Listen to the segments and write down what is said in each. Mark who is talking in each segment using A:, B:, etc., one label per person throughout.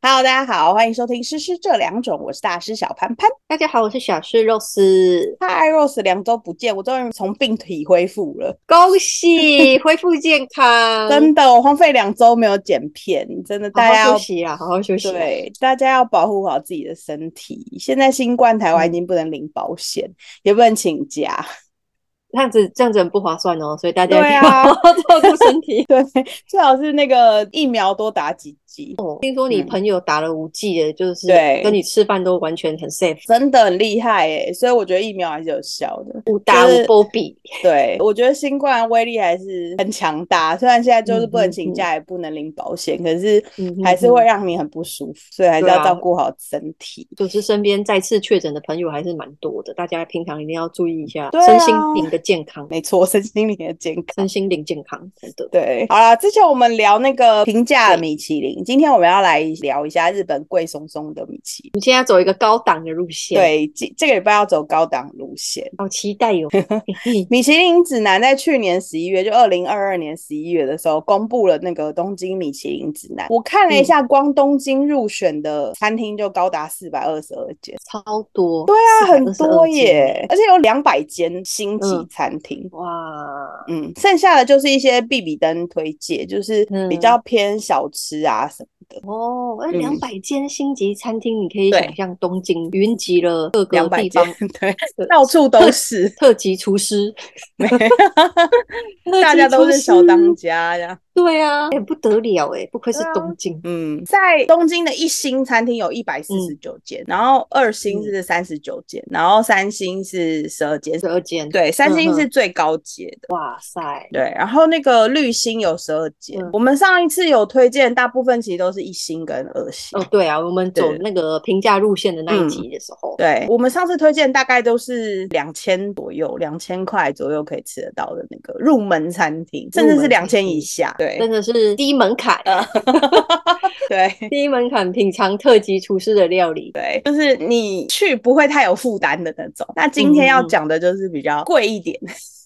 A: Hello，大家好，欢迎收听《诗诗这两种》，我是大师小潘潘。
B: 大家好，我是小诗肉丝，
A: 嗨，Rose，两周不见，我终于从病体恢复了，
B: 恭喜恢复健康，
A: 真的，我荒废两周没有剪片，真的，大
B: 好
A: 家
B: 好
A: 要
B: 休息啊，好好休息啊。
A: 对大家要保护好自己的身体。现在新冠台湾已经不能领保险，也不能请假，
B: 这样子这样子很不划算哦，所以大家一定
A: 对
B: 要
A: 啊。
B: 好好照顾身体
A: 对，最好是那个疫苗多打几剂。
B: 听说你
A: 嗯
B: 朋友打了五剂的，就是
A: 对
B: 跟你吃饭都完全很 safe，
A: 真的很厉害耶、所以我觉得疫苗还是有效的。
B: 五打
A: 就
B: 五
A: 是
B: 波比，
A: 对，我觉得新冠的威力还是很强大，虽然现在就是不能请假，也不能领保险，可是
B: 嗯哼
A: 还是会
B: 哼
A: 让你很不舒服，所以还是
B: 对
A: 要
B: 啊
A: 照顾好身体。
B: 就是身边再次确诊的朋友还是蛮多的，大家平常一定要注意一下
A: 对啊
B: 身心灵的健康，
A: 没错， 身心灵的健康
B: 身。心灵健康，真的。
A: 对，好啦，之前我们聊那个平价的
B: 对
A: 米其林，今天我们要来聊一下日本贵松松的米其林。
B: 我们现在走一个高档的路线，，
A: 对，这这个礼拜要走高档路线。
B: 好期待哟、
A: 米其林指南在去年十一月，就二零二二年十一月的时候，公布了那个东京米其林指南。我看了
B: 嗯
A: 一下，光东京入选的餐厅就高达四百二十二间，
B: 超多，对啊
A: 那很多耶，，而且有两百间星级
B: 嗯
A: 餐厅。
B: 哇，
A: 嗯，剩下的就是一些必比登推介，就是比
B: 嗯
A: 较偏小吃啊什么。
B: 哦，那
A: 嗯
B: 两百间星级餐厅，你可以
A: 对
B: 想象东京云集了各个
A: 两百
B: 地
A: 间
B: 方，
A: 对， 到处
B: ，
A: 都是
B: 特级厨师，
A: 大家都是小当
B: 当，
A: 家呀。
B: 对啊，哎、不得了哎、不愧是
A: 对啊
B: 东京，
A: 嗯，在东京的一星餐厅有一百四十九间，然后二
B: 嗯
A: 星是三十九间，然后三星是十二间
B: 十。二间，
A: 对，三星
B: 嗯
A: 是最高阶的。
B: 哇塞，
A: 对，然后那个绿星有十二间。
B: 嗯
A: 我们上一次有推荐，大部分其实都是一星跟二星。
B: 哦，对啊，我们走
A: 对
B: 那个平价路线的那一
A: 嗯
B: 集的时候，
A: 对我们上次推荐大概都是两千左右，两千块左右可以吃得到的那个入门餐厅，甚至是
B: 入门
A: 两
B: 餐
A: 千
B: 厅
A: 以下。对
B: 真的是低门槛，
A: 嗯对
B: 低门槛品尝特级厨师的料理，
A: 对，就是你去不会太有负担的那种。那今天要
B: 嗯嗯嗯
A: 讲的就是比较贵一点，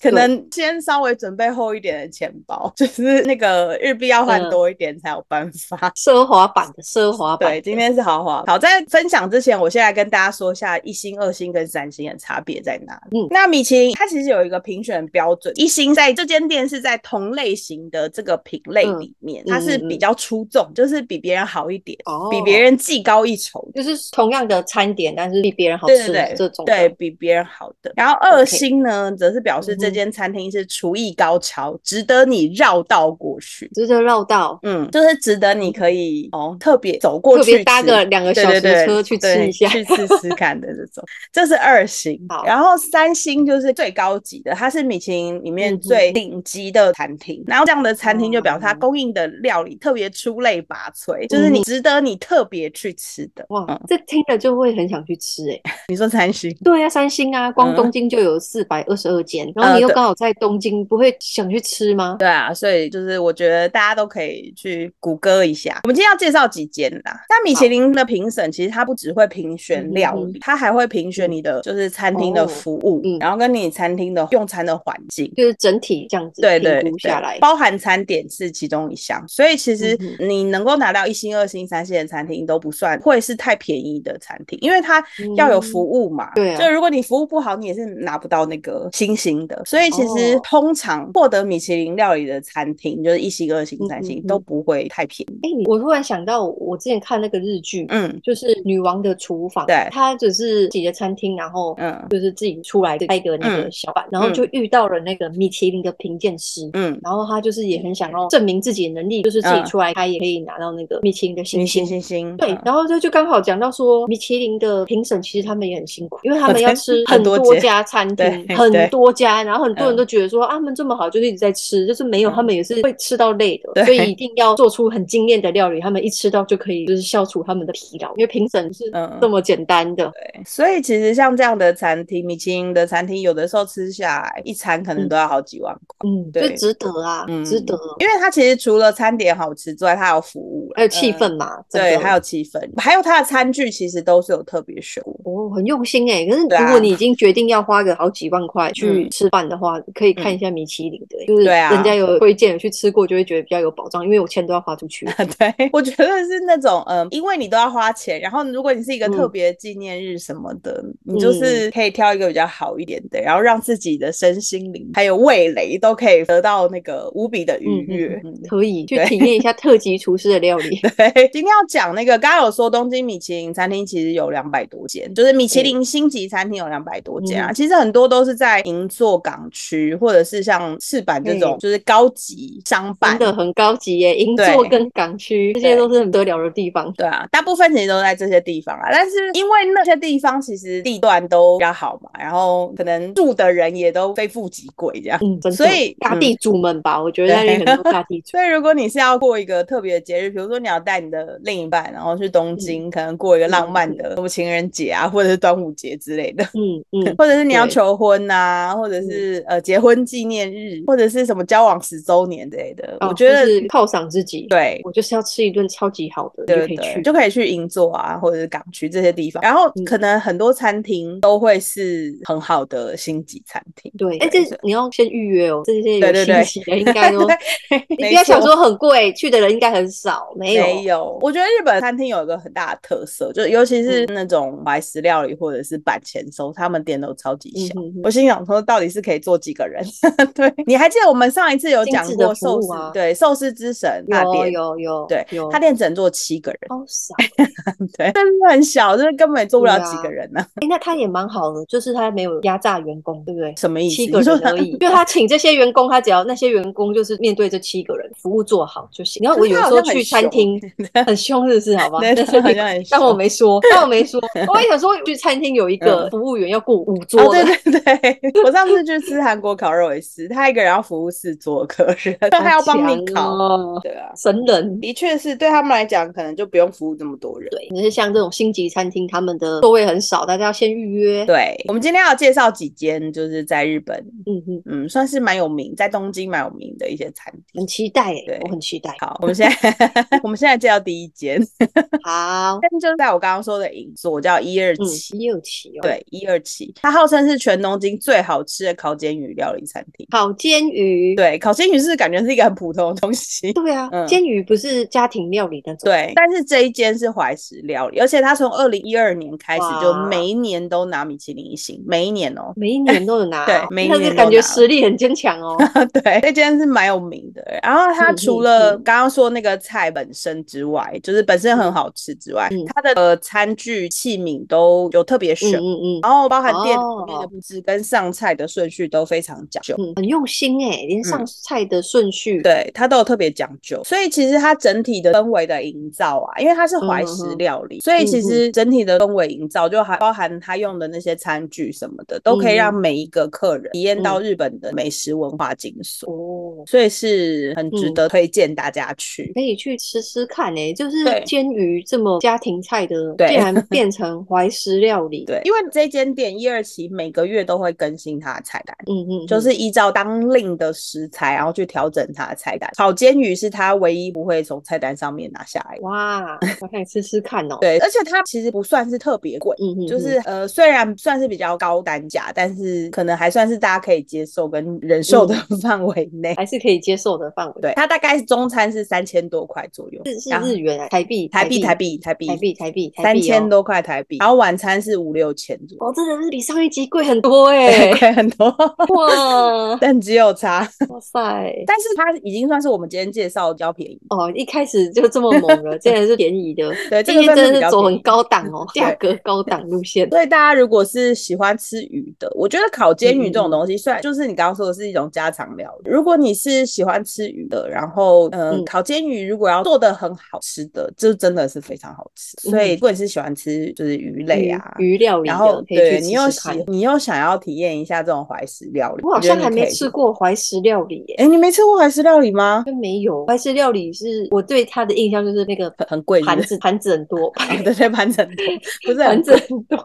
A: 可能先稍微准备厚一点的钱包，就是那个日币要换
B: 嗯
A: 多一点才有办法。
B: 奢华版的奢华版
A: 对，
B: 的，
A: 今天是豪华。好，在分享之前，我先来跟大家说一下一星、二星跟三星的差别在哪里。
B: 嗯
A: 那米其林它其实有一个评选标准，一星在这间店是在同类型的这个品类
B: 嗯
A: 里面，它是比较出众，就是比别人好一点，
B: 哦，
A: 比别人技高一筹的。
B: 就是同样的餐点，但是比别人好
A: 对
B: 吃
A: 对对，
B: 这种的，
A: 对比别人好的。然后二
B: OK
A: 星呢，则是表示这
B: 嗯哼
A: 间餐厅是厨艺高超，值得你绕道过去。
B: 值得绕道，
A: 嗯，就是值得你可以哦特别走过去
B: 特
A: 吃，
B: 别搭个两个
A: 对
B: 小
A: 对
B: 时
A: 对，
B: 车去吃
A: 对
B: 一下，
A: 去吃吃看的这种，这是二星
B: 好。
A: 然后三星就是最高级的，它是米其林里面
B: 嗯哼
A: 最顶级的餐厅。然后这样的餐厅就表示它
B: 嗯
A: 供应的料理特别出类拔萃，就是你值得你特别去吃的。
B: 哇
A: 嗯，
B: 这听了就会很想去吃哎、
A: 你说三星？
B: 对啊，三星啊，光
A: 嗯
B: 东京就有四百二十二间，然后
A: 呃
B: 你又
A: 对
B: 刚好在东京，不会想去吃吗？
A: 对啊，所以就是我觉得大家都可以去谷歌一下。我们今天要介绍几间啦。那米其林的评审其实它不只会评
B: 嗯
A: 选
B: 哼
A: 料
B: 哼
A: 理，它还会评选你的就是餐厅的
B: 哦
A: 服务，
B: 嗯
A: 然后跟你餐厅的用餐的环境。
B: 就是整体这样子
A: 对对
B: 评估下
A: 对
B: 来，
A: 包含餐点是其中一项，所以其实
B: 嗯
A: 你能够拿到一星、二星、三星的餐厅都不算会是太便宜的餐厅，因为它要有服
B: 嗯
A: 务嘛。
B: 对啊
A: 就如果你服务不好，你也是拿不到那个星星的。所以其实
B: 哦
A: 通常获得米其林料理的餐厅，就是一星、二星
B: 嗯、
A: 三星
B: 嗯嗯
A: 都不会太便宜。
B: 哎、你我突然想到，我之前看那个日剧，
A: 嗯
B: 就是《女王的厨房》，
A: 对
B: 她只是自己的餐厅，然后
A: 嗯
B: 就是自己出来开一个那个
A: 嗯
B: 小板，然后就遇到了那个米其林的评鉴师，
A: 嗯，
B: 然后她就是也很想要证明自己的能力，就是自己
A: 嗯
B: 出来开也可以拿到那个米其林的星
A: 明星
B: 星。
A: 星星，
B: 对
A: 嗯，
B: 然后这就刚好讲到说，米其林的评审其实他们也很辛苦，因为他们
A: 对
B: 要吃
A: 很
B: 很
A: 多
B: 多
A: 间
B: 家餐厅，
A: 对
B: 很
A: 对
B: 多家，然后后很多人都觉得说、啊，他们这么好，就是一直在吃，就是没有，
A: 嗯
B: 他们也是会吃到累的，
A: 对
B: 所以一定要做出很精炼的料理，他们一吃到就可以就是消除他们的疲劳，因为评审是
A: 嗯
B: 这么简单的。
A: 所以其实像这样的餐厅，米其林的餐厅，有的时候吃下来一餐可能都要好几万块，
B: 嗯，就
A: 对
B: 值得啊，
A: 嗯
B: 值得。
A: 因为它其实除了餐点好吃之外，它还有服务啦，嗯
B: 还有气氛嘛，整
A: 对，
B: 个
A: 还有气氛，还有它的餐具其实都是有特别选过。
B: 哦，很用心哎、可是
A: 对啊
B: 如果你已经决定要花个好几万块去
A: 嗯
B: 吃饭的话，可以看一下米其林的、就是
A: 对啊
B: 人家有推荐去吃过，就会觉得比较有保障，因为我钱都要花出去。
A: 对，我觉得是那种，嗯，因为你都要花钱，然后如果你是一个特
B: 嗯
A: 别纪念日什么的，你就是可以挑一个比较好一点的，然后让自己的身心灵还有味蕾都可以得到那个无比的 愉悦。嗯
B: 可以去
A: 对
B: 体验一下特级厨师的料理。
A: 对，今天要讲那个，刚刚有说东京米其林餐厅其实有两百多间，就是米其林星级餐厅有两百多间
B: 嗯
A: 啊。其实很多都是在银座港区，或者是像赤坂这种，就是高级商办
B: 真的很高级耶、银
A: 对
B: 座跟港区这些都是很得了的地方。
A: 对啊，大部分其实都在这些地方啊，但是因为那些地方其实地段都比较好嘛，然后可能住的人也都非富即贵这样。
B: 嗯，真的
A: 所以
B: 大
A: 嗯
B: 地主们吧，我觉得那里很多大地 主。
A: 所以如果你是要过一个特别的节日，比如说你要带你的另一半，然后去
B: 嗯
A: 东京，可能过一个浪漫的什么情人节啊，或者是端午节之类的。
B: 嗯嗯，
A: 或者是你要
B: 对嗯
A: 求婚呐、或者是、呃结婚纪念日，或者是什么交往十周年之类的，我
B: 哦
A: 觉得
B: 就是犒赏自己。，
A: 对
B: 我就是要吃一顿超级好的，
A: 对
B: 你就可以
A: 对，
B: 去。
A: 就可以去银座啊，或者是港区这些地方。然后
B: 嗯
A: 可能很多餐厅都会是很好的星级餐厅。
B: 对，
A: 对
B: 哎，这你要先预约哦，这些
A: 对
B: 有
A: 对
B: 信
A: 对
B: 息的应该 都
A: 对，
B: 你
A: 没
B: 不要想
A: 错
B: 说很贵，去的人应该很少，没有，嗯
A: 没有，我觉得日本餐厅有一个很大的特色，就是尤其是那种怀石料理或者是板前收，他们店都超级小。
B: 嗯哼哼
A: 我心想说，到底是可以坐几个人？ 对，你还记得我们上一次有
B: 精
A: 讲
B: 致的
A: 过
B: 服
A: 寿
B: 务
A: 司？
B: 啊
A: 对，寿司之神那
B: 有
A: 店，
B: 有有，
A: 对
B: 有，
A: 他店只能坐七个人，
B: 好少。
A: 对，真的很小，就是根本坐不了几
B: 对啊
A: 个人呢、
B: 哎，那他也蛮好的，就是他没有压榨员工，对不对？
A: 什么意思？
B: 七个
A: 你说
B: 人而已，就他请这些员工，他只要那些员工就是面对这七个人，服务做好就行。然后我有时候去餐 厅很凶，是不是？好吧，
A: 对
B: 但是
A: 他好像很
B: 当我
A: 凶
B: 没说，当我没说，我也想说去餐厅有一个
A: 嗯
B: 服务员要顾五
A: 哦，
B: 桌
A: 对
B: 的，
A: 对对，我上次去吃韩国烤肉也是，他一个人要服务四桌客人，他还要帮你
B: 好强
A: 烤。
B: 哦，
A: 对啊，
B: 神人。
A: 的确是对他们来讲，可能就不用服务这么多人。
B: 对，你是像这种星级餐厅，他们的座位很少，大家要先预约。
A: 对，我们今天要介绍几间，就是在日本，
B: 嗯嗯，
A: 嗯，算是蛮有名，在东京蛮有名的一些餐厅
B: 很。期待耶
A: 对
B: 我很期待。
A: 好，我们现在我们现在介绍第一间，
B: 好，
A: 但就在我刚刚说的银座，叫一二
B: 嗯，
A: 七，
B: 也有期哦。，
A: 对，一二七，它号称是全东京最好吃的烤煎鱼料理餐厅。
B: 烤煎鱼。
A: 对，烤煎鱼是感觉是一个很普通的东西，
B: 对啊，
A: 嗯
B: 煎鱼不是家庭料理那种。
A: 对，但是这一间是怀石料理，而且它从二零一二年开始就
B: 哇。
A: 每一年都拿米其林一星，每一年哦
B: 每一年都有拿哦，
A: 对每一
B: 但是
A: 年都
B: 感觉
A: 拿
B: 实力很坚强 哦。
A: 对，这间是蛮有名的。欸然后它
B: 嗯
A: 除
B: 嗯
A: 了
B: 嗯
A: 刚刚说那个菜本身之外，就是本身很好吃之外，
B: 嗯
A: 它的呃餐具器皿都有特别
B: 嗯
A: 选，
B: 嗯嗯
A: 然后包含店里面
B: 哦
A: 的布置跟上菜的顺序都非常讲究。
B: 嗯，很用心哎，连上菜的顺序，
A: 嗯对，它都有特别讲究，所以其实它整体的氛围的营造啊，因为它是怀石
B: 嗯嗯嗯
A: 料理，所以
B: 嗯
A: 其
B: 嗯
A: 实整体的氛围营造就还包含它用的那些餐具什么的，都可以让
B: 嗯
A: 每一个客人体验到日本的美食文化精髓，
B: 哦，
A: 所以是很值
B: 嗯
A: 得推荐大家去。
B: 可以去吃吃看哎，就是
A: 对
B: 煎鱼这么家庭菜的，
A: 对
B: 竟 然变成怀石料理，
A: 对，因为这间店一二期每个月都会更新它的菜单，
B: 嗯，嗯嗯，
A: 就是依照当令的食材，然后去调整它的菜单。烤煎鱼是它唯一不会从菜单上面拿下来的。
B: 哇，我想吃吃看哦，
A: 对，而且它其实不算是特别贵，
B: 嗯嗯，
A: 就
B: 嗯
A: 是呃，虽然算是比较高单价，但是可能还算是大家可以接受跟忍受的
B: 嗯
A: 范围内。
B: 还是可以接受的范围，
A: 对，它大概中餐是三千多块左右，
B: 是是
A: 然后
B: 日元啊台币
A: 台币台
B: 币
A: 币台币
B: 台币台币台
A: 三
B: 币
A: 千
B: 哦
A: 多块台币，然后晚餐是五六千左右，
B: 哦，真的是比上一集贵很多哎
A: 对，，贵很多，
B: 哇
A: 但只有 差。
B: 哇塞，
A: 但是它已经算是我们今天介绍的比较便宜，
B: 哦，一开始就这么猛了，真的是便宜 的。
A: 对这
B: 今
A: 个
B: 天
A: 算是
B: 真
A: 比
B: 的
A: 较
B: 是走
A: 便宜
B: 很高档哦，
A: 对
B: 价格高档路线。
A: 所以大家如果是喜欢吃鱼的，我觉得烤煎鱼这
B: 嗯
A: 种
B: 嗯嗯
A: 东西，虽然就是你刚刚说的是一种家常料理，如果你是喜欢吃鱼的，然后嗯、呃
B: 嗯
A: 烤煎鱼如果要做的很好吃的，就真的是非常好吃。所
B: 嗯
A: 以如果你是喜欢吃就是鱼类啊，
B: 鱼鱼料理
A: 然后
B: 的可以
A: 对
B: 去
A: 你
B: 吃
A: 又
B: 吃
A: 喜
B: 看。
A: 你又想要体验一下这种怀怀石料理。
B: 我好像还没
A: 吃
B: 吃过怀石料理耶、
A: 哎、你没吃过怀石料理吗？
B: 就没有怀石料理是我对它的印象就是那个
A: 很很贵是不
B: 盘
A: 是 哦
B: 子，盘子很多，
A: 对对对，盘子很多， 不是
B: 盘
A: 很
B: 子很 多，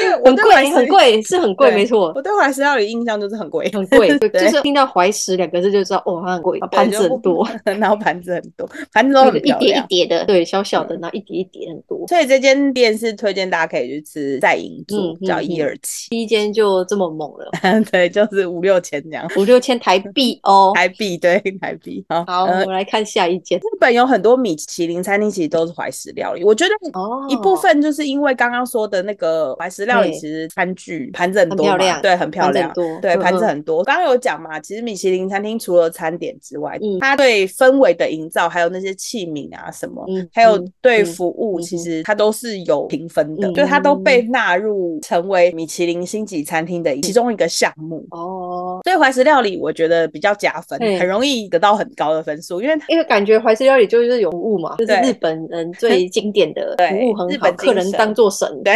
A: 因为我
B: 很
A: 对怀
B: 贵，
A: 石
B: 很，贵，是很贵，
A: 对
B: 没错，
A: 我对怀石料理印象就是很贵，
B: 很 贵，对
A: 对
B: 就是听到“怀石”两个字就知道，哦，它很贵，盘子很多，，
A: 对就不 然后盘子很多，盘子都
B: 那
A: 很
B: 个一
A: 漂
B: 叠一
A: 亮。
B: 叠的，对，小小
A: 嗯
B: 的，然后一叠一叠很多。
A: 所以这间店是推荐大家可以去吃在银座
B: 嗯，嗯
A: 叫
B: 嗯
A: 一二七，
B: 第一间就这么猛了，
A: 对，就是五六千这样，
B: 五六千台币哦。
A: 台币对台币。好，
B: 好，我
A: 呃
B: 们来看下一间
A: 日本有很多米其林餐厅其实都是怀石料理，我觉得
B: 哦，
A: 一部分就是因为刚刚说的那个怀石料理，
B: 对
A: 其实餐具盘子很
B: 很
A: 多
B: 漂
A: 嘛，
B: 亮
A: 对，很漂
B: 盘子
A: 亮
B: 很。多，
A: 对，
B: 嗯
A: 盘子
B: 嗯
A: 很多。刚刚有讲嘛，其实米其林餐厅除了餐点之外，
B: 嗯
A: 它对氛围的营造，还有那些器皿啊什么，
B: 嗯
A: 还有
B: 嗯
A: 对
B: 嗯
A: 服务，
B: 嗯
A: 其
B: 哼
A: 实它都是有评分的，
B: 嗯
A: 就它都被纳入成为米其林星级餐厅的其中一个项目。
B: 哦，
A: 所以怀石料理我觉得比较加分，
B: 对
A: 很容易得到很高的分数，因为它
B: 因为感觉怀石料理就是有服务嘛，就是
A: 对
B: 日本人最经典的
A: 对
B: 服务很
A: 日
B: 好，
A: 本精
B: 客人
A: 神
B: 当做神，
A: 对、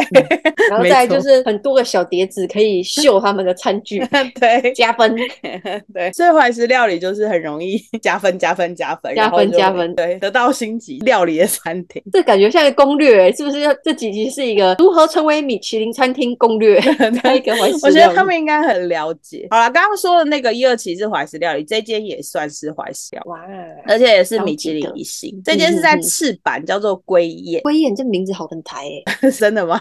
B: 然后
A: 没
B: 再来就
A: 错，
B: 是很多个小碟子可以秀他们的餐具
A: 对
B: 加分。
A: 对，所以怀石料理就是很容易 加分加分加分，
B: 加
A: 然后
B: 分
A: 就
B: 加分
A: 对，得到星级料理的餐厅。
B: 这感觉像个攻略，欸是不是？要这几集是一个如何成为米其林餐厅攻 略，开一个怀石
A: 我觉
B: 料
A: 得
B: 理
A: 他们应该很了解。好了，刚刚说的那个一二期是怀石料理，这间也算是怀石料理，
B: 哇，哦
A: 而且也是
B: 了
A: 米其林
B: 解的嗯
A: 一星。这间是在赤坂，叫做龟宴，
B: 龟燕这名字好很台诶、
A: 真的吗？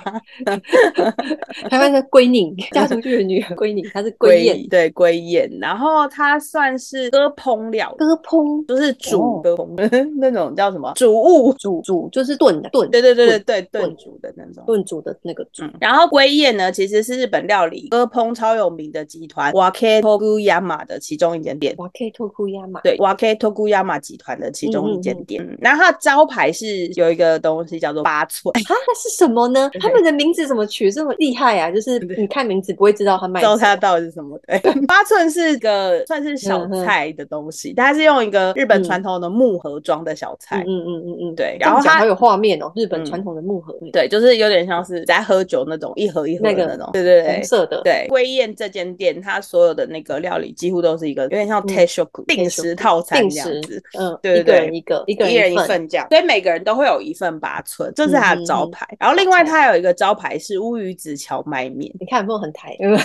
B: 台湾的龟宁嫁出去的女儿龟宁，她是龟燕，
A: 对龟宴，然后它算是割烹料理，
B: 割烹
A: 就是煮
B: 哦
A: 割烹 那种叫什么煮物，
B: 煮煮就是炖的炖，
A: 对对对对对，
B: 炖
A: 炖煮的那种。
B: 炖煮的那个煮。
A: 嗯，然后龟宴呢，其实是日本料理割烹超有名的集团 Wake Toguyama 的其中一间店。
B: 哇，可以脱裤压嘛？
A: 对，Wake Toguyama 集团的其中一间店。嗯然后它的招牌是有一个东西叫做八寸，
B: 啊，那是什么呢？他们的名字怎么取这么厉害啊？就是你看名字不会知道他卖什
A: 道它
B: 么。
A: 到底是什么？ 对，八寸是个算是小
B: 嗯哼
A: 菜的东西，它是用一个日本
B: 嗯
A: 传统的木盒装的小
B: 嗯
A: 菜。
B: 嗯嗯嗯嗯，
A: 对
B: 这样
A: 然后
B: 讲
A: 它
B: 好有画面哦，日本
A: 嗯
B: 传统的木盒，对，
A: 对，就是有点像是在喝酒那种一盒一盒的
B: 那个
A: 那种，对对对
B: 红，色的，
A: 对，龟宴这间店，它所有的那个料理几乎都是一个有点像
B: 嗯
A: t e s h o k u 定时套餐
B: 定
A: 这样
B: 时
A: 子，，
B: 嗯，
A: 对
B: 一个
A: 对
B: 人一个，一个
A: 一人
B: 一
A: 一
B: 份，
A: 份这样，所以每个人都会有一份八寸，这是它的
B: 嗯
A: 招
B: 嗯嗯
A: 牌。然后另外它还有一个招牌是乌鱼子荞 麦面，
B: 你看有没有很台？有没有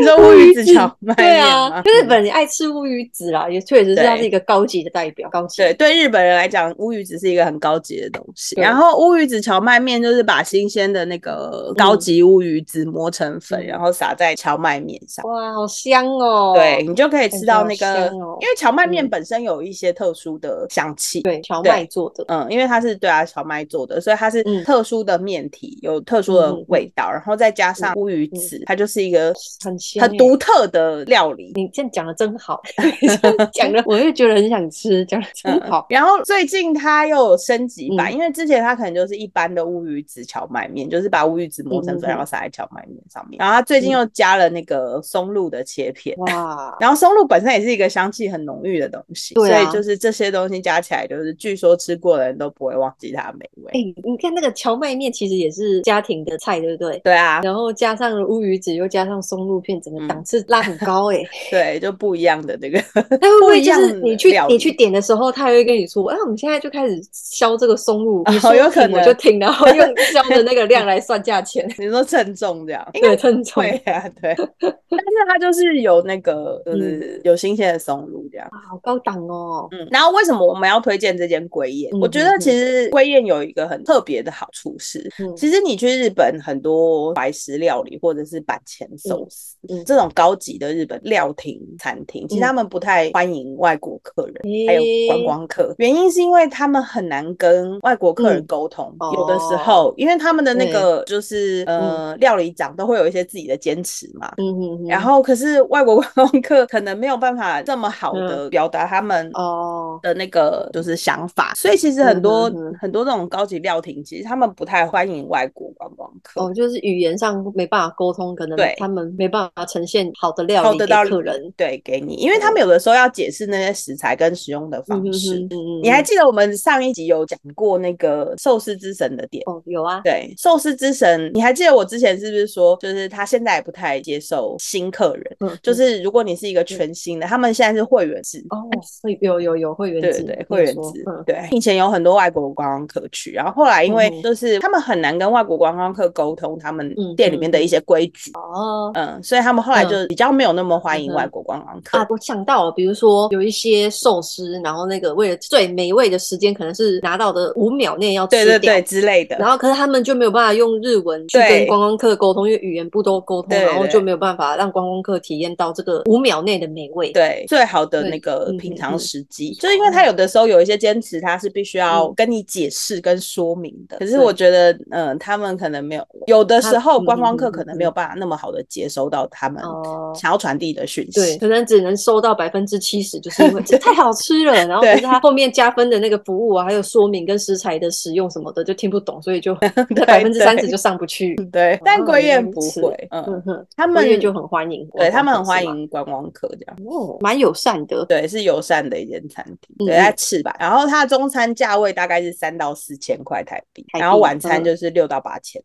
A: 你说乌鱼子荞麦
B: 对
A: 面
B: 啊
A: 吗？，嗯
B: 日本人爱吃乌鱼子啦，也确实是它
A: 对
B: 是一个高级的代表，高级
A: 对，对日本人来讲，乌鱼子是一个很高级的东西。
B: 对
A: 然后乌鱼子荞麦面就是把新鲜的那个高级乌鱼子磨成粉，
B: 嗯
A: 然后撒在荞麦面上。
B: 哇，好香哦，
A: 对你就可以
B: 感
A: 吃
B: 觉
A: 到
B: 好
A: 那个，
B: 香哦
A: 因为荞麦面
B: 嗯
A: 本身有一些特殊的香气。
B: 对，荞麦做的，
A: 嗯，因为它是对啊荞麦做的，所以它是
B: 嗯
A: 特殊的面体，有特殊的
B: 嗯嗯嗯
A: 味道，然后再加上乌鱼
B: 嗯
A: 子，它就是一个
B: 很香
A: 很
B: 欸
A: 独特的料理。
B: 你这样讲的真 好，这样讲的我就觉得很想吃，讲的真
A: 嗯
B: 好。
A: 然后最近它又有升级版，
B: 嗯
A: 因为之前它可能就是一般的乌鱼子荞麦面，就是把乌鱼子磨成
B: 嗯嗯
A: 粉，
B: 嗯
A: 然后撒在荞麦面上面。然后它最近
B: 嗯
A: 又加了那个松露的切片，
B: 哇，
A: 然后松露本身也是一个香气很浓郁的东西，
B: 对啊
A: 所以就是这些东西加起来，就是据说吃过的人都不会忘记它的美味。
B: 哎、你看那个荞麦面其实也是家庭的菜，对不对？
A: 对啊，
B: 然后加上了乌鱼子，又加上松露片，整个
A: 嗯
B: 档次拉很高哎、
A: 对，就不一样的那个
B: 那会不
A: 不
B: 会
A: 一
B: 就
A: 样
B: 是
A: 的
B: 你去
A: 料
B: 你
A: 理
B: 去点的时候，他还会跟你说，啊，我们现在就开始削这个松露，你
A: 哦
B: 说
A: 有可
B: 停我就
A: 能
B: 停，然后 用削的那个量来算价钱，
A: 你说称重这 样，应该
B: 对，称重
A: 会啊， 对。但是它就是有那个，
B: 嗯
A: 就是有新鲜的松露这样。
B: 啊，好高档哦，
A: 嗯，然后为什么我们要推荐这间龟宴？
B: 嗯
A: 我觉
B: 嗯
A: 得
B: 嗯
A: 其实龟宴有一个很特别的好处是，
B: 嗯
A: 其实你去日本很多怀石料理或者是板前寿司、
B: 嗯嗯嗯
A: 这种高级的日本料亭餐厅，其实他们不太欢迎外国客人。还有观光客，原因是因为他们很难跟外国客人
B: 嗯
A: 沟通，
B: 哦
A: 有的时候因为他们的那个就是呃、料理长都会有一些自己的坚持嘛，
B: 嗯嗯嗯，
A: 然后可是外国观光客可能没有办法这么好
B: 嗯
A: 的表达他们
B: 哦，
A: 的那个就是想法，所以其实很多、
B: 嗯哼哼
A: 很多这种高级料亭，其实他们不太欢迎外国观光客。
B: 哦，就是语言上没办法沟通，可能
A: 对
B: 他们没办法呈现好的料
A: 好
B: 理给
A: 的道理
B: 客人。
A: 对给你，因为他们有的时候要解释那些食材跟使用的
B: 嗯
A: 方式。
B: 嗯嗯
A: 你还记得我们上一集有讲过那个寿司之神的点？
B: 哦有啊，
A: 对，寿司之神，你还记得我之前是不是说，就是他现在也不太接受新客人。
B: 嗯，
A: 就是如果你是一个全新的，他们现在是会员制，
B: 哦，会有有有会员
A: 对
B: 制，
A: 对，
B: 没
A: 会员
B: 错
A: 制
B: 嗯，
A: 对。以前有很多外国观光客去，然后后来因为
B: 嗯
A: 就是他们很难跟外国观光客沟通他们
B: 嗯
A: 店里面的一些规矩，
B: 哦。
A: 嗯，所以他们后来就比较没有那么欢迎
B: 嗯
A: 外国观光客
B: 啊，。我想到了，比如说有一些寿司，然后那个为了最美味的时间，可能是拿到的五秒内要吃
A: 对
B: 掉，
A: 对对，之类的。
B: 然后可是他们就没有办法用日文去
A: 对
B: 跟观光客沟通，因为语言不都沟通，
A: 对对
B: 然后就没有办法让观光客体验到这个五秒内的美味。
A: 对，最好的
B: 对
A: 那个
B: 嗯
A: 平
B: 嗯
A: 常
B: 嗯
A: 时机，就是因为他有的时候有一些坚持，他是必须要跟你解释跟说明的。可是
B: 对
A: 我觉得，嗯、他们可能没有，有的
B: 他
A: 时候
B: 嗯
A: 观光
B: 嗯
A: 客
B: 嗯
A: 可能
B: 嗯
A: 没有办法那么好的接收到他们
B: 哦
A: 想要传递的讯息。
B: 对， 可能只能收到百分之七十，就是因为这太好吃了。然后
A: 对
B: 可是他后面加分的那个服务啊，还有说明跟食材的使用什么的，就听不懂，所以 就那百分之三十就上不去。
A: 对，但
B: 哦
A: 龟
B: 原来
A: 燕
B: 如
A: 不
B: 此
A: 会，嗯，
B: 嗯哼，
A: 他
B: 他们
A: 们
B: 就很欢迎，
A: 对他们很欢
B: 是吗，
A: 迎观光客这样。
B: 哦，蛮友善的。
A: 对，是友善的一间餐厅，
B: 嗯
A: 对，在赤吧。然后它的中餐价位大概是三到四千块台币，
B: 台
A: 然后
B: 币
A: 晚餐
B: 嗯
A: 就是六到八千。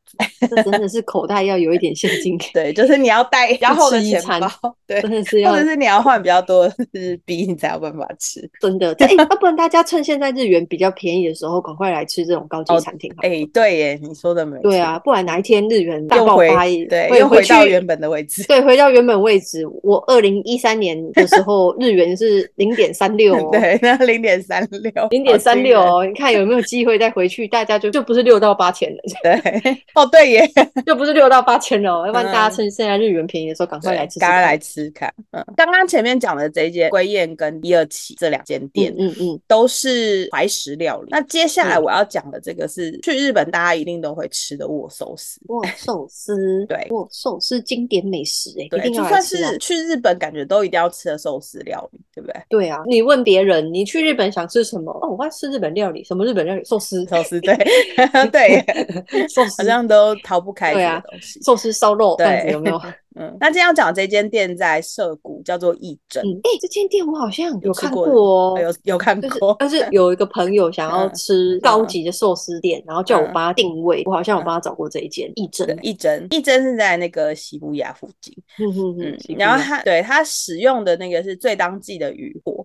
B: 这真的是口袋要有一点现金，
A: 对，就是你要带比较厚的
B: 吃一
A: 钱
B: 餐
A: 包， 对，
B: 真的是 要
A: 或者是你要换比较多日币，你才有办法吃。
B: 真的，这哎，要、不然大家趁现在日元比较便宜的时候，赶快来吃这种高级餐厅好了。
A: 哎、对耶，你说的没
B: 对
A: 错，
B: 啊，不然哪一天日元大
A: 又
B: 爆
A: 回
B: 发，
A: 对，
B: 会
A: 又
B: 回
A: 回到
B: 去
A: 原本的位置。
B: 对，回到原本位置。我二零一三年的时候，日元是零点三六哦，
A: 对，那零点三六，
B: 零点三六
A: 好
B: 哦，你看有没有机会再回去？大家就就不是六到八千了，
A: 惊人，对， 哦，对耶，
B: 就不是六到八千了哦。要不然大家
A: 嗯
B: 趁现在日元便宜的时候，赶快
A: 对
B: 来吃吃
A: 刚
B: 看。
A: 刚来吃看，嗯，刚刚前面讲的这一间归燕跟一二七这两间店
B: 嗯。嗯嗯，
A: 都是怀石料理。那接下来
B: 嗯
A: 我要讲的这个是、去日本大家一定都会吃的握寿司。
B: 哇，寿司，
A: 对
B: 哇，寿司经典美食哎、一
A: 对，
B: 定
A: 就
B: 要来
A: 算
B: 吃啊！
A: 是去日本，感觉都一定要吃的寿司料理，对 不对？
B: 对啊，你问别人，你去日本想吃什么？哦，我要吃日本料理，什么日本料理？寿司，
A: 寿司对 对，
B: 寿
A: 好
B: 司，
A: 像都逃不开这
B: 对啊
A: 个东西。
B: 寿司烧肉这样子
A: 对
B: 有没有？
A: 嗯，那今天要讲这间店在涩谷，叫做义珍，
B: 嗯，哎、这间店我好像
A: 有吃
B: 看
A: 过
B: 过哦。
A: 呃有有看
B: 就是
A: 过，
B: 但是有一个朋友想要
A: 嗯
B: 吃高级的寿司店，然后叫我
A: 嗯
B: 帮他定位，我好像有帮他找过这一间义珍
A: 对，，义珍，义珍是在那个西布亚附近，
B: 嗯嗯
A: 嗯
B: 嗯，是，
A: 然
B: 不一样
A: 后它对它使用的那个是最当季的鱼货。
B: 哦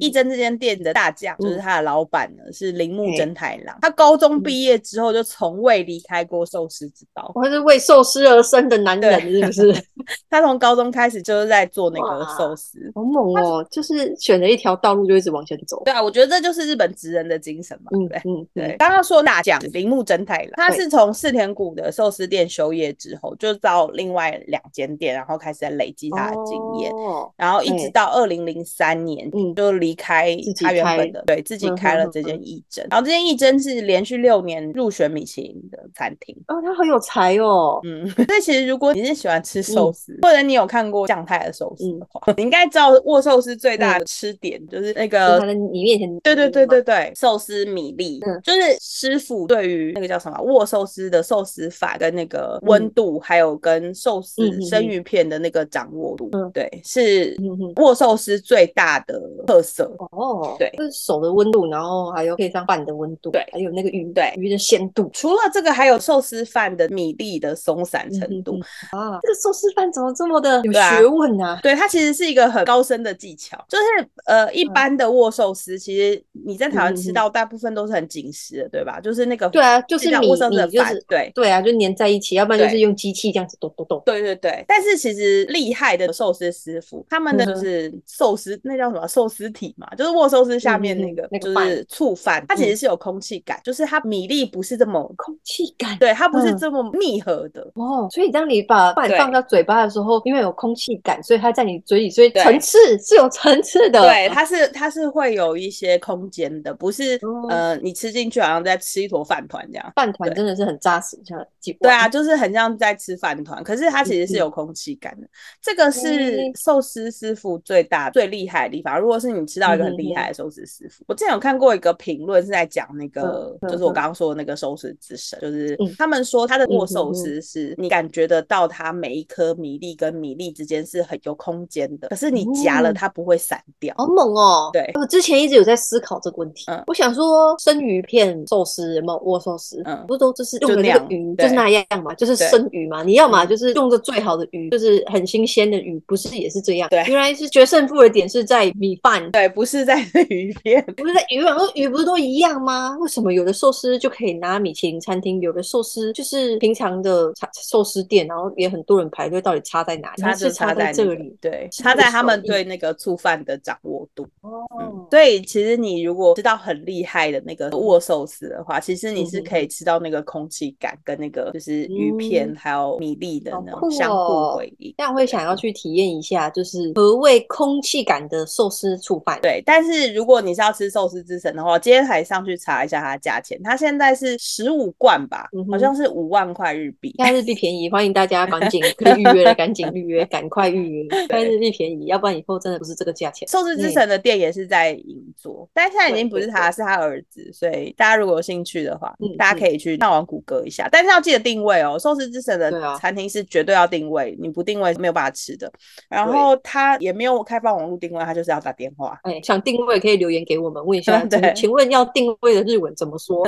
A: 义珍这间店的大将就是
B: 嗯
A: 他的老板呢，是铃木
B: 嘿
A: 真太郎。他高中
B: 嗯
A: 毕业之后就从未离开过寿司之道。
B: 我是为寿司而生的男人，
A: 对
B: 是不 是？
A: 他从高中开始就是在做那个
B: 哇
A: 寿司，
B: 好猛哦！就是选了一条道路就一直往前走。
A: 对啊，我觉得这就是日本职人的精神嘛，
B: 嗯
A: 对不对。
B: 嗯，
A: 对，
B: 对，
A: 刚刚说大将铃木真太郎，他
B: 对
A: 是从四田谷的寿司店休业之后，就到另外两间店，然后开始在累积他的经验，
B: 哦
A: 然后一直
B: 对
A: 到二零零三年
B: 嗯
A: 就离开
B: 自己
A: 他原
B: 开
A: 本的，对自己
B: 嗯
A: 开
B: 哼
A: 了
B: 哼
A: 这间
B: 哼
A: 义珍，然后这间义珍是连续六年入选米其林的餐厅。
B: 哦，他好有才哦。
A: 嗯， 所以其实如果你是喜欢吃寿
B: 嗯
A: 司，或者你有看过酱太的寿司
B: 嗯
A: 的话，你应该知道握寿司最大的吃点就是那
B: 就
A: 个
B: 是他在你面前，
A: 嗯呃对对对对，对，寿司米粒、
B: 嗯
A: 就是师傅对于那个叫什么握寿司的寿司法跟那个温
B: 嗯
A: 度，还有跟寿司
B: 嗯嗯嗯
A: 生鱼片的那个掌握度，对，是
B: 嗯哼，
A: 握寿司最大的特色。
B: 哦，
A: 对
B: 就是手的温度，然后还有配上饭的温度，
A: 对
B: 还有那个鱼，
A: 对
B: 鱼的鲜度。
A: 除了这个，还有寿司饭的米粒的松散程度，
B: 嗯啊，这个寿司饭怎么这么的有
A: 对啊
B: 学问啊？
A: 对，它其实是一个很高深的技巧。就是呃，一
B: 嗯
A: 般的握寿司，其实你在台湾
B: 嗯嗯嗯
A: 吃到大部分都是很紧实的，对吧？就是那个
B: 对啊，就是
A: 那
B: 米
A: 叫握寿司
B: 米
A: 的
B: 就
A: 饭
B: 是，
A: 对。
B: 对啊，就粘在一起，要不然就
A: 对
B: 是用机器这样子咚咚咚。
A: 对对对，但是其实厉害的寿司师傅，他们的
B: 嗯
A: 就
B: 哼
A: 是寿司，那叫什么寿司体嘛，就是握寿司下面
B: 嗯嗯嗯
A: 那个
B: 那个
A: 就是醋饭，它其实
B: 嗯
A: 是有空气感，就是它米粒不是这么，
B: 空气感
A: 对，它不是
B: 嗯
A: 这么密合的，
B: 哦，所以当你把饭
A: 对
B: 放到嘴巴的时候，因为有空气感，所以它在你嘴里，所以
A: 对
B: 层次是有层次的。
A: 对，它是它是会有一些空间的，不是
B: 哦
A: 呃你吃进去好像在吃一坨饭团这样。
B: 饭团
A: 对
B: 真的是很扎实，像几
A: 对啊，，就是很像在吃饭团，可是它其实是
B: 嗯嗯
A: 有空气感的。这个是
B: 嗯
A: 寿司师傅最大最厉害的地方。如果是你吃到一个
B: 嗯
A: 很厉害的寿司师傅，我之前有看过一个评论是在讲那个，
B: 嗯
A: 就是我刚刚说的那个寿司之神，就是
B: 嗯
A: 他们说他的
B: 嗯
A: 握
B: 嗯
A: 寿司是你感觉得到他每一颗米粒跟米粒之间是很有空间的，可是你夹
B: 哦
A: 了它不会散掉。
B: 好猛哦！
A: 对
B: 我之前一直有在思考这个问题。
A: 嗯
B: 我想说，生鱼片、寿司、有没有握寿司，
A: 嗯
B: 不都就是用
A: 就
B: 的
A: 那
B: 那
A: 样
B: 个鱼
A: 对
B: 就是那样嘛，就是
A: 对
B: 生鱼嘛。你要嘛
A: 嗯
B: 就是用着最好的鱼，就是很新鲜的鱼，不是也是这样？
A: 对
B: 原来是决胜负的点是在米饭，
A: 对，不是在鱼 片，
B: 不是在鱼软，鱼不是都一样吗？为什么有的寿司就可以拿米其林餐厅，有的寿司就是平常的茶寿司店，然后也很多人排队，到底差在哪里？
A: 它
B: 是
A: 就插
B: 在
A: 在
B: 这
A: 那个
B: 里。
A: 对，
B: 是
A: 插
B: 这个
A: 在他
B: 手
A: 们
B: 艺
A: 对那个触犯的掌握度。嗯
B: 哦，
A: 所以其实你如果知道很厉害的那个握寿司的话，其实你是
B: 嗯哼
A: 可以吃到那个空气感跟那个就是鱼片
B: 嗯
A: 还有米粒的
B: 好
A: 那
B: 酷
A: 种相
B: 哦
A: 互回应。
B: 这样会想要去体验一下，就是何谓空气感的寿司触饭。
A: 对，但是如果你是要吃寿司之神的话，我今天还上去查一下它的价钱，它现在是十五罐吧，
B: 嗯
A: 好
B: 哼
A: 像是五万块日币。
B: 现在日币便宜，欢迎大家赶紧可以预约了，赶紧预约，赶快预 约。现在日币便宜，要不然以后真的不是这个价钱。
A: 寿司之神的店也是在银座，但现在已经不是他，是他儿子，所以大家如果有兴趣的话，
B: 嗯
A: 大家可以去上网谷歌一下，但是要记得定位哦。寿司之神的
B: 对啊
A: 餐厅是绝对要定位，你不定位是没有办法吃的。然后他也没有开放网络定位，他就是要打电话，，
B: 哎，想定位可以留言给我们，问一下
A: 对
B: 请问要定位的日文怎么 说？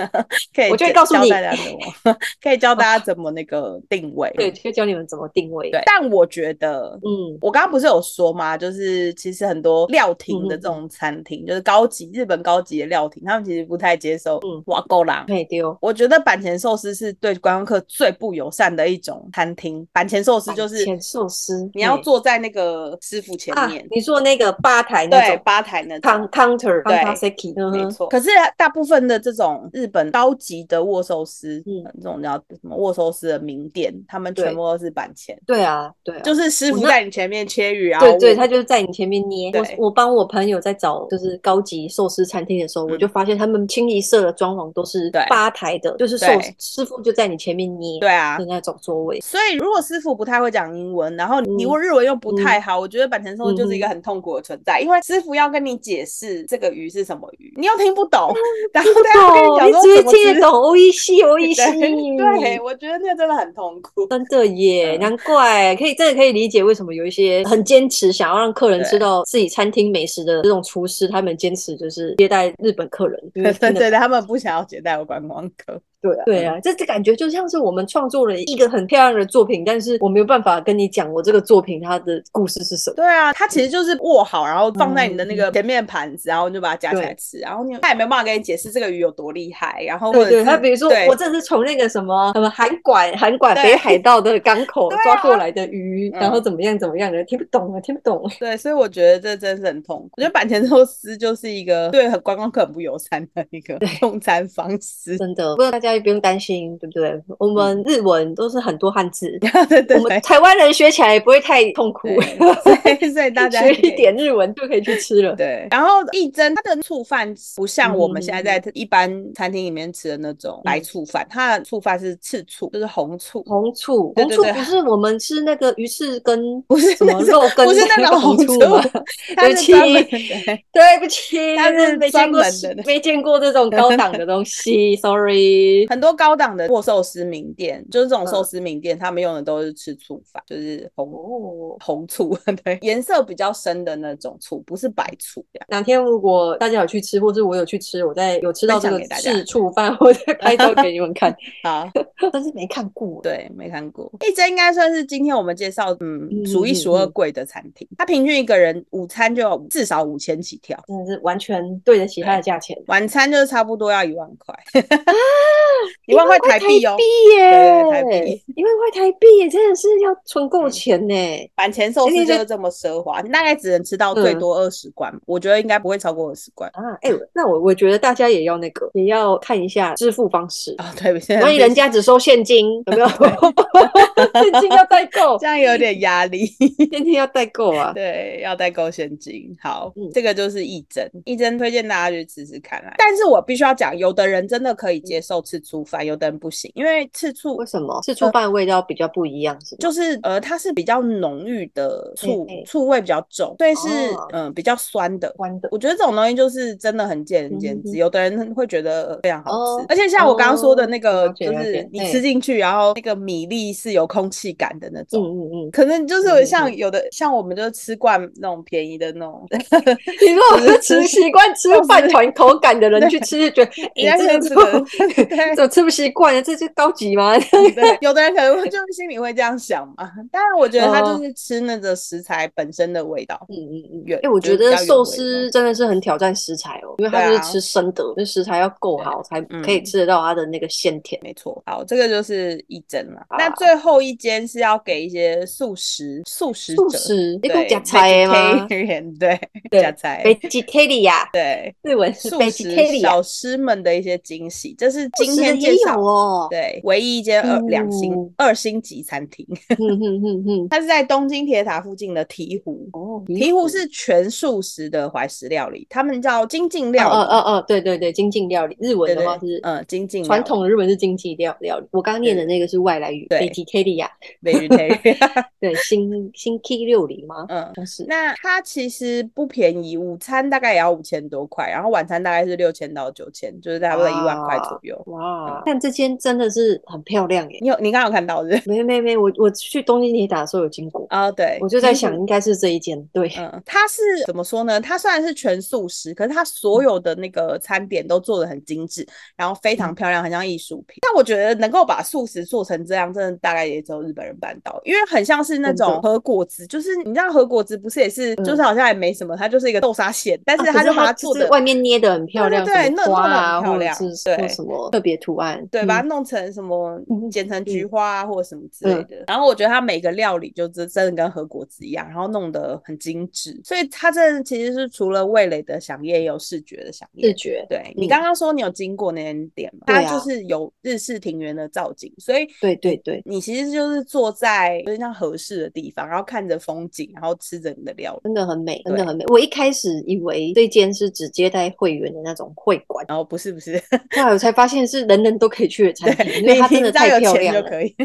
A: 可以
B: 我就会
A: 教
B: 告诉
A: 教
B: 你哦
A: 大家怎么， 可以教大家怎么那个定位。
B: 对，就教你们怎么定位。
A: 对，，但我觉得
B: 嗯，
A: 我刚刚不是有说吗？就是其实很多料亭
B: 嗯
A: 的这种餐厅，就是高级日本高级的料亭，他们其实不太接受
B: 嗯
A: 瓦够郎。
B: 可以丢。
A: 我觉得板前寿司是对观光客最不友善的一种餐厅。板前寿司就是
B: 前寿司，
A: 你要
B: 嘿
A: 坐在那个师傅前
B: 啊
A: 面，，
B: 你做那个吧台那
A: 对
B: 种
A: 吧台那
B: coun-
A: 种。
B: counter
A: 对
B: counter seki，
A: 没
B: 嗯哼，
A: 错，可是大部分的这种日本高级的握寿司，
B: 嗯
A: 嗯，这种叫什么握寿司的名店，他们
B: 对
A: 全部都是板前，
B: 对啊，对啊，
A: 就是师
B: 我
A: 傅
B: 那
A: 在你前面切鱼啊，
B: 对对，他就是在你前面捏。
A: 对
B: 我我帮我朋友在找就是高级寿司餐厅的时候，我就发现他们清一色的装潢都是
A: 嗯对
B: 吧台的，就是寿
A: 对
B: 师傅就在你前面捏
A: 对啊
B: 的，那种座位。
A: 所以，如果师傅不太会讲英文，然后你
B: 嗯
A: 问日文又不太好，我觉得板前寿司就是一个
B: 嗯
A: 很痛苦的存在，因为师傅要跟你解释这个鱼是什么鱼，你又听不懂， 然后他要啊跟讲
B: 你
A: 说
B: 只
A: 什
B: 是
A: 么
B: 嗯听得
A: 吃
B: 懂欧哦一西欧一西，
A: 对，对，我觉得那真的很痛苦。
B: 真的耶，
A: 嗯
B: 难怪可以真的可以理解为什么有一些很坚持想要让客人
A: 对
B: 吃到自己餐厅美食的这种厨师，他们坚持就是接待日本客人， 因为
A: 对
B: 真的
A: 对对，他们不想要接待我观光客。
B: 对啊，对啊，这这感觉就像是我们创作了一个很漂亮的作品，但是我没有办法跟你讲我这个作品它的故事是什么。
A: 对啊，它其实就是握好，然后放在你的那个前面盘子，然后你就把它夹起来
B: 嗯对
A: 吃，然后你他也没办法跟你解释这个鱼有多厉害，然后或
B: 对
A: 者
B: 对，
A: 是
B: 他比如说
A: 对
B: 我这是从那个什么什么韩馆韩馆
A: 对
B: 北海道的港口
A: 对啊
B: 抓过来的 鱼，
A: 嗯
B: 然后怎么样怎么样的，听不懂啊，听不懂。
A: 对，所以我觉得这真是很痛苦。我觉得板前寿司就是一个对很观光客很不友善的一个用餐方式。
B: 真的，不过大家也不用担心，对不对？我们日文都是很多汉字，
A: 对对
B: 我们
A: 对，
B: 台湾人学起来也不会太痛苦，
A: 对所以所以大家
B: 学
A: 可以
B: 一。点日文就可以去吃了。
A: 对，然后一蒸它的醋饭不像我们现在
B: 嗯
A: 在一般餐厅里面吃的那种白醋饭，它的醋饭是赤醋，就是红醋，
B: 红醋，
A: 对
B: 红
A: 对
B: 醋
A: 对
B: 不是我们吃那个鱼翅跟
A: 不是
B: 什么
A: 那种
B: 肉跟
A: 不是
B: 那
A: 那
B: 个
A: 种红
B: 醋
A: 醋
B: 吗？，
A: 它
B: 对不
A: 是专门
B: 起
A: 对
B: 对不起，
A: 它是
B: 没见
A: 专
B: 过
A: 门的
B: 没见过这种高档的东 西，sorry。
A: 很多高档的握寿司名店，就是这种寿
B: 嗯
A: 司名店，他们用的都是吃醋饭，就是红
B: 哦，
A: 红醋， 对，颜色比较深的那种醋，不是白醋这样。
B: 哪天如果大家有去吃，或是我有去吃，我再有吃到这
A: 分享
B: 个
A: 给大家
B: 赤醋饭，我再拍照给你们 看。
A: 好，
B: 但是没看过，
A: 对，没看过。一这应该算是今天我们介绍，嗯
B: 嗯，
A: 数一
B: 嗯
A: 数二
B: 嗯
A: 贵的餐厅。它平均一个人午餐就要至少五千起跳，
B: 真的是完全对得起它的价钱。
A: 晚餐就是差不多要一万块，
B: 啊
A: 一万块台币哦。
B: 耶，
A: 对台币嗯
B: 一万块台币耶，真的是要存够钱呢。
A: 板前寿
B: 那
A: 司
B: 个
A: 就是这么奢华，你大概只能吃到最
B: 嗯
A: 多二十罐，我觉得应该不会超过二十罐。
B: 啊，哎、那我我觉得大家也要那个，也要看一下支付方式。
A: 啊，对，现在
B: 万一
A: 变
B: 人家只收现金，有没有？现金要代 购
A: 这，样有点压力。
B: 现金要代购啊。
A: 对，要代购现金。好，
B: 嗯
A: 这个啊就是一针，一针推荐大家去吃吃看啦。但是我必须要讲，有的人真的可以接受吃吃醋饭，有的人不行，因为吃醋
B: 嗯为什么吃醋饭味道比较不一样？是吗？
A: 就是呃，它是比较浓郁的醋，
B: 哎哎
A: 醋味比较重，所以是
B: 哦
A: 嗯、呃比较酸的。
B: 关的
A: 我觉得这种东西就是真的很见仁见
B: 嗯
A: 智，
B: 哼
A: 有的人会觉得非常好吃，
B: 哦
A: 而且像我刚刚说的那个，
B: 了解
A: 就
B: 了
A: 是
B: 解
A: 你
B: 哎
A: 吃进去，然后那个米粒是有空气感的那
B: 嗯
A: 种。
B: 嗯嗯，
A: 可能就是
B: 嗯
A: 有
B: 嗯
A: 像
B: 嗯
A: 有的像我们就吃惯那种便宜的那种，
B: 你如果是 吃习惯吃饭团口感的人
A: 对
B: 去吃，就觉 得哎、
A: 人家
B: 这个
A: 是
B: 怎
A: 这个
B: 么
A: 对
B: 怎么吃不习惯啊？这就高级
A: 嗯
B: 吗？
A: 对，有的人可能会就是心里会这样想嘛。当然，我觉得他就是吃那个食材本身的味道。
B: 嗯嗯哦嗯，
A: 原
B: 哎、我
A: 就是
B: 觉
A: 比
B: 得
A: 较原
B: 寿
A: 味的
B: 司真的是很挑战食材哦，因为它
A: 对
B: 就是
A: 啊
B: 吃生的，那食材要够好才可以
A: 嗯
B: 吃得到它的那个鲜甜。
A: 没错，好，这个就是一针了。
B: 啊
A: 那最后一间是要给一些素食素食
B: 素
A: 者，
B: 食，你
A: 对
B: 讲菜的吗
A: vegetarian，对，
B: 对
A: 加菜，
B: ？Vegetarian，啊
A: 对，
B: 日文是
A: 素食
B: vegetarian，啊
A: 小吃们的一些惊喜，这是今
B: 素食
A: 天
B: 的
A: 介
B: 也
A: 绍
B: 有。哦。
A: 对，唯一一间二两星
B: 哦
A: 二星级餐厅，
B: 嗯嗯嗯 嗯，
A: 它是在东京铁塔附近的醍醐。
B: 哦，
A: 醍醐是全素食的怀石料理，他们叫精进料理。
B: 哦哦哦，对对对，精进料理，日文
A: 对
B: 的
A: 对
B: 话是，
A: 嗯，精进
B: 传
A: 料
B: 统的日文是经济料料理，我刚念的那个是外来语
A: 对
B: vegetarian，啊
A: vegetarian。
B: 对，新新 K 六零吗？
A: 嗯
B: 好像是，
A: 那它其实不便宜，午餐大概也要五千多块，然后晚餐大概是六千到九千，就是差不多一万块
B: 啊
A: 左右。
B: 哇
A: 嗯，
B: 但这间真的是很漂亮耶！
A: 你有你刚刚有看到是 不
B: 没
A: 是？
B: 没没，我我去东京铁塔的时候有经过，
A: 哦，对，
B: 我就在想
A: 醍醐。
B: 应该是这一间，对，
A: 嗯，它是怎么说呢？它虽然是全素食，可是它所
B: 嗯
A: 有的那个餐点都做的很精致，然后非常
B: 嗯
A: 漂亮，很像艺术品。但我觉得能够把素食做成这样，真的大概也只有日本人办到，因为很像是那
B: 真的嗯
A: 种和果子，就是你知道和果子不是也是，就是好像也没什么，它就是一个豆沙馅，但是
B: 啊可
A: 它
B: 是
A: 就把
B: 它
A: 它
B: 就
A: 做
B: 是
A: 的
B: 外面捏的很漂
A: 对
B: 亮，
A: 对对
B: 什么
A: 弄弄得
B: 花
A: 很
B: 啊，
A: 漂
B: 或者
A: 亮
B: 是说
A: 对
B: 什么特别图案，
A: 对，
B: 嗯
A: 把它弄成什么
B: 嗯
A: 剪成
B: 嗯
A: 菊花啊，或者什么之类
B: 嗯
A: 的。然后我觉得它每个料理就真真的跟和果子一样，然后弄得很精致，所以它真的其实是除了味蕾的想念，也有视觉的想
B: 视
A: 念。
B: 觉，
A: 对你
B: 嗯
A: 刚刚说你有经过那间店嘛，
B: 对
A: 它
B: 啊
A: 就是有日式庭园的造景，所以
B: 对对对，
A: 你其实就是坐在有点像合适的地方，然后看着风景，然后吃着你的料理，
B: 真的很美，真的
A: 对
B: 很美。我一开始以为这间是只接待会员的那种会馆，
A: 然后哦不是不是，
B: 后来我才发现是人人都可以 去的餐厅，
A: 对，
B: 因为嗯它
A: 你
B: 真
A: 你
B: 的
A: 只要
B: 太
A: 有
B: 漂
A: 钱
B: 亮
A: 就
B: 了。
A: 可以，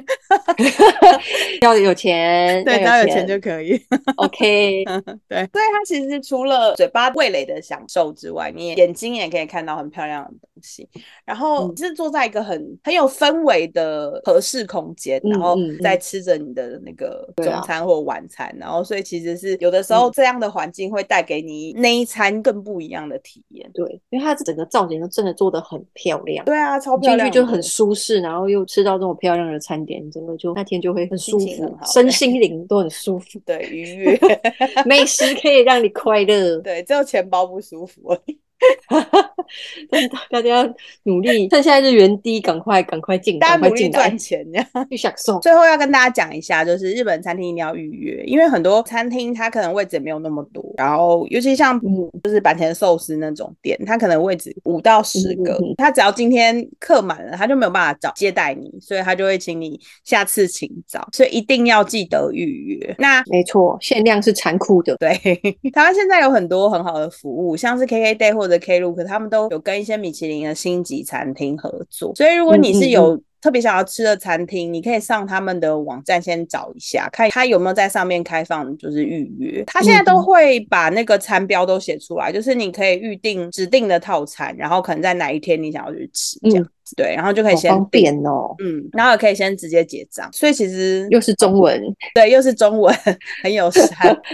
B: 要有钱，
A: 对，只
B: 要
A: 要有
B: 钱
A: 钱就可以。
B: OK。
A: 对，所以它其实除了嘴巴味蕾的享受之外，你也眼睛也可以看到很漂亮的东西。然后
B: 嗯
A: 是坐在一个很很有氛围的合适空间，
B: 嗯
A: 然后
B: 嗯
A: 再
B: 嗯
A: 吃着你的那个
B: 对啊
A: 中餐或晚餐，然后所以其实是有的时候
B: 嗯
A: 这样的环境会带给你那一餐更不一样的体验。
B: 对，因为它整个造型都真的做的很漂亮，
A: 对啊，超
B: 你
A: 漂
B: 进
A: 亮
B: 去就
A: 的，
B: 很舒适，然后又吃到这种漂亮的餐点，你整个就那天就会很舒
A: 心情很
B: 服，
A: 好。
B: 身心灵都很舒服
A: 对愉悦，
B: 美食可以让你快乐，
A: 对，只有钱包不舒服而已。
B: 但是大家要努力，趁现在日元低，赶快赶快进，
A: 大
B: 赶
A: 家
B: 快
A: 努力
B: 进来
A: 赚钱这样。
B: 去享受。
A: 最后要跟大家讲一下，就是日本餐厅一定要预约，因为很多餐厅它可能位置也没有那么多，然后尤其像
B: 嗯，
A: 就是板前寿司那种店，它可能位置五到十
B: 嗯嗯
A: 个
B: 嗯，
A: 它只要今天客满了，它就没有办法找接待你，所以它就会请你下次请早，所以一定要记得预约。那
B: 没错，限量是残酷的。
A: 对， 台湾现在有很多很好的服务，像是 KKday 或者 Klook，他们都有跟一些米其林的星级餐厅合作。所以如果你
B: 嗯嗯
A: 是
B: 嗯
A: 有特别想要吃的餐厅，你可以上他们的网站先找一下，看他有没有在上面开放就是预约。他现在
B: 嗯
A: 都
B: 嗯
A: 会把那个餐标都写出来，就是你可以预定指定的套餐，然后可能在哪一天你想要去吃这样子。对，然后就可以
B: 嗯好
A: 先
B: 方
A: 订
B: 便哦，
A: 嗯，然后也可以先直接结账，所以其实
B: 又是中 文，
A: 对，又是中文，很 友善，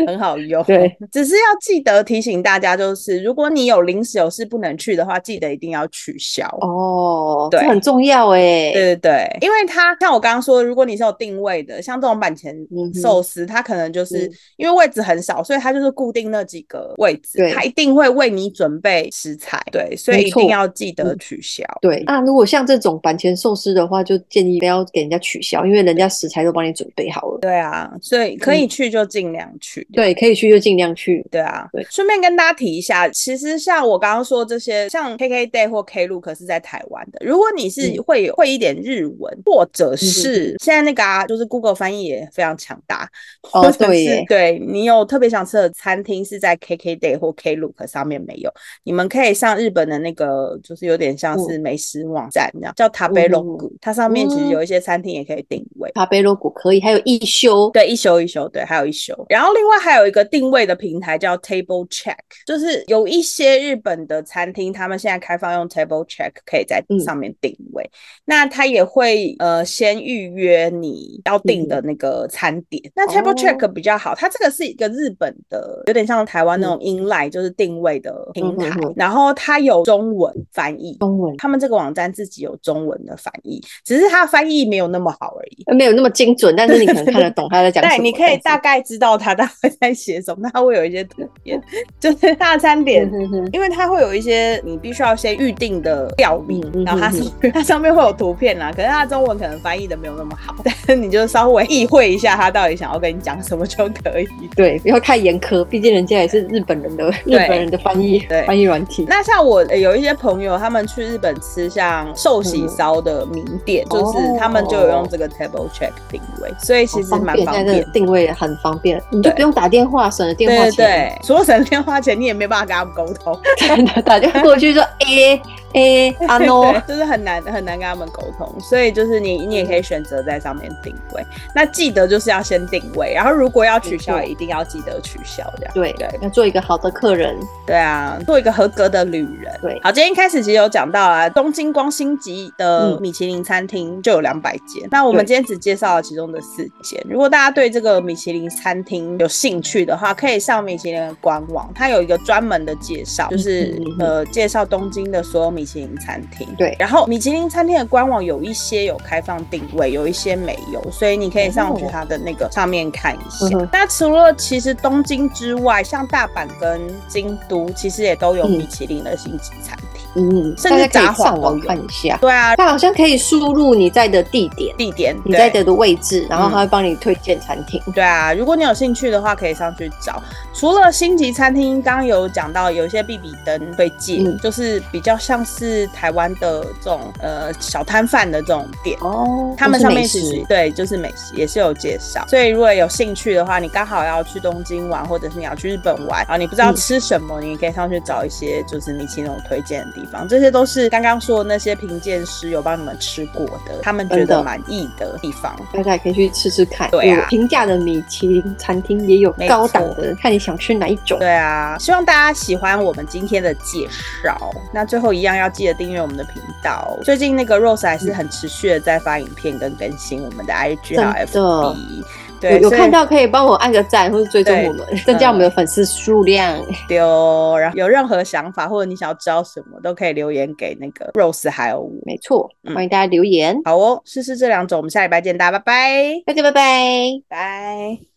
A: 很好用。
B: 对，
A: 只是要记得提醒大家，就是如果你有临时有事不能去的话，记得一定要取消。
B: 哦，
A: 对
B: 这很重要哎，
A: 对对对，因为它像我刚刚说，如果你是有定位的，像这种板前
B: 嗯哼
A: 寿司，它可能就是、
B: 嗯
A: 因为位置很少，所以它就是固定那几个位置
B: 对，
A: 它一定会为你准备食材，对，所以
B: 没
A: 一
B: 错
A: 定要记得
B: 嗯
A: 取消。
B: 对，那如果像这种板前寿司的话，就建议不要给人家取消，因为人家食材都帮你准备好了。
A: 对啊，所以
B: 嗯
A: 可以去就尽量去。
B: 对，可以去就尽量去。
A: 对啊，
B: 对
A: 顺便跟大家提一下，其实像我刚刚说这些，像 KKday 或 Klook 是在台湾的。如果你是
B: 嗯
A: 会有、会一点日文，或者是、现在那个啊，就是 Google 翻译也非常强大，
B: 哦
A: 或者
B: 对
A: 是
B: 耶
A: 对你有特别想吃的餐厅是在 KKday 或 Klook 上面没有，你们可以上日本的那个，就是有点像是美食网站，这样叫塔贝龙谷，它上面其实
B: 嗯
A: 有一些餐厅也可以定位。
B: 咖啡肉骨可以，还有一休，
A: 对，一休一休，对，还有一休。然后另外还有一个定位的平台叫 Table Check，就是有一些日本的餐厅，他们现在开放用 Table Check 可以在
B: 嗯
A: 上面定位。那他也会呃先预约你要订的那个餐点。那 Table
B: 嗯哦
A: Check 比较好，它这个是一个日本的，有点像台湾
B: 嗯
A: 那种 inline，、就是定位的平台，
B: 嗯哼哼
A: 然后它有中文翻译。
B: 中文
A: 他们这个网站自己有中文的翻译，只是它翻译没有那么好而已。
B: 呃没有那么精准，但是你可能看得懂他在讲什么。
A: 对，你可以
B: 这样
A: 大
B: 子
A: 概知道他大概在写什么，他会有一些图片， 就是大餐点。
B: 嗯哼哼
A: 因为它会有一些你必须要先预定的料理，
B: 嗯
A: 然后它
B: 嗯嗯
A: 是、它上面会有图片啦，可是它中文可能翻译的没有那么好， 但是你就稍微意会一下他到底想要跟你讲什么就可以。
B: 对，不要太严苛，毕竟人家也是日本人的日本人的翻译
A: 对
B: 翻译软体。
A: 那像我、呃有一些朋友，他们去日本吃像寿喜烧的名
B: 嗯
A: 店，就是他们就有用这个 table check 定位，所以其实
B: 好
A: 蛮
B: 哦便，
A: 方
B: 现
A: 便
B: 在这
A: 的
B: 个。定位很方便，你就
A: 对
B: 不用打电话，省了电话
A: 对对
B: 钱。
A: 对，所有省电话钱你也没办法跟他们沟通。
B: 真的打电话过去说， 哎哎阿诺，
A: 对，就是很难很难跟他们沟通，所以就是你你也可以选择在上面定位。那记得就是要先定位，然后如果要取消，
B: 没错
A: 也一定要记得取消这样。
B: 对
A: 对，
B: 要做一个好的客人，
A: 对啊，做一个合格的旅人。
B: 对
A: 好，今天一开始其实有讲到啊，东京光星级的
B: 嗯
A: 米其林餐厅就有两百间，那我们
B: 对
A: 今天只介绍了其中的四间。如果大家对这个米其林餐厅有兴趣的话，可以上米其林的官网，它有一个专门的介绍，就是
B: 嗯嗯嗯
A: 呃介绍东京的所有米其林餐厅。
B: 对
A: 然后米其林餐厅的官网有一些有开放定位，有一些没有，所以你可以上去
B: 哦
A: 它的那个上面看一下
B: 嗯。哼
A: 那除了其实东京之外，像大阪跟京都，其实也都有
B: 嗯
A: 米其林的星级餐厅。
B: 嗯，
A: 甚
B: 大家
A: 至
B: 可
A: 札
B: 以
A: 幌
B: 上网
A: 都有
B: 看一下，
A: 对啊，
B: 它好像可以输入你在的地点。
A: 地点
B: 嗯你在
A: 对
B: 的的位置，然后
A: 嗯
B: 它会帮你推荐餐厅。
A: 对啊，如果你有兴趣的话，可以上去找。除了星级餐厅，刚刚有讲到有一些必比登会借，
B: 嗯
A: 就是比较像是台湾的这种呃小摊贩的这种店。
B: 哦
A: 他们
B: 都
A: 上
B: 是美
A: 面其实
B: 食，
A: 对，就是美食也是有介绍，所以如果有兴趣的话，你刚好要去东京玩，或者是你要去日本玩，然后你不知道
B: 嗯
A: 吃什么，你可以上去找一些就是米其林有推荐的地方，这些都是刚刚说的那些评鉴师有帮你们吃过的，他们觉
B: 真
A: 得
B: 的
A: 满意的地方。
B: 大家也可以去吃吃看。
A: 对啊
B: 有平价的米其林餐厅，也有
A: 没
B: 高档
A: 错
B: 的，看你想吃哪一种。
A: 对啊，希望大家喜欢我们今天的介绍。那最后一样要记得订阅我们的频道。最近那个 Rose 还是很持续的在发影片跟更新我们的 IG 还有
B: 嗯真的
A: FB。
B: 有
A: 对，
B: 有
A: 所以
B: 看到可以帮我按个赞，或者追踪
A: 对嗯
B: 我们，增加我们的粉丝数量。
A: 丢，然后有任何想法或者你想要知道什么，都可以留言给那个 Rose 还有我。
B: 没错，
A: 嗯
B: 欢迎大家留言，
A: 好哦，试试这两种，我们下礼拜见，大家拜拜，
B: 大家拜拜。
A: 拜。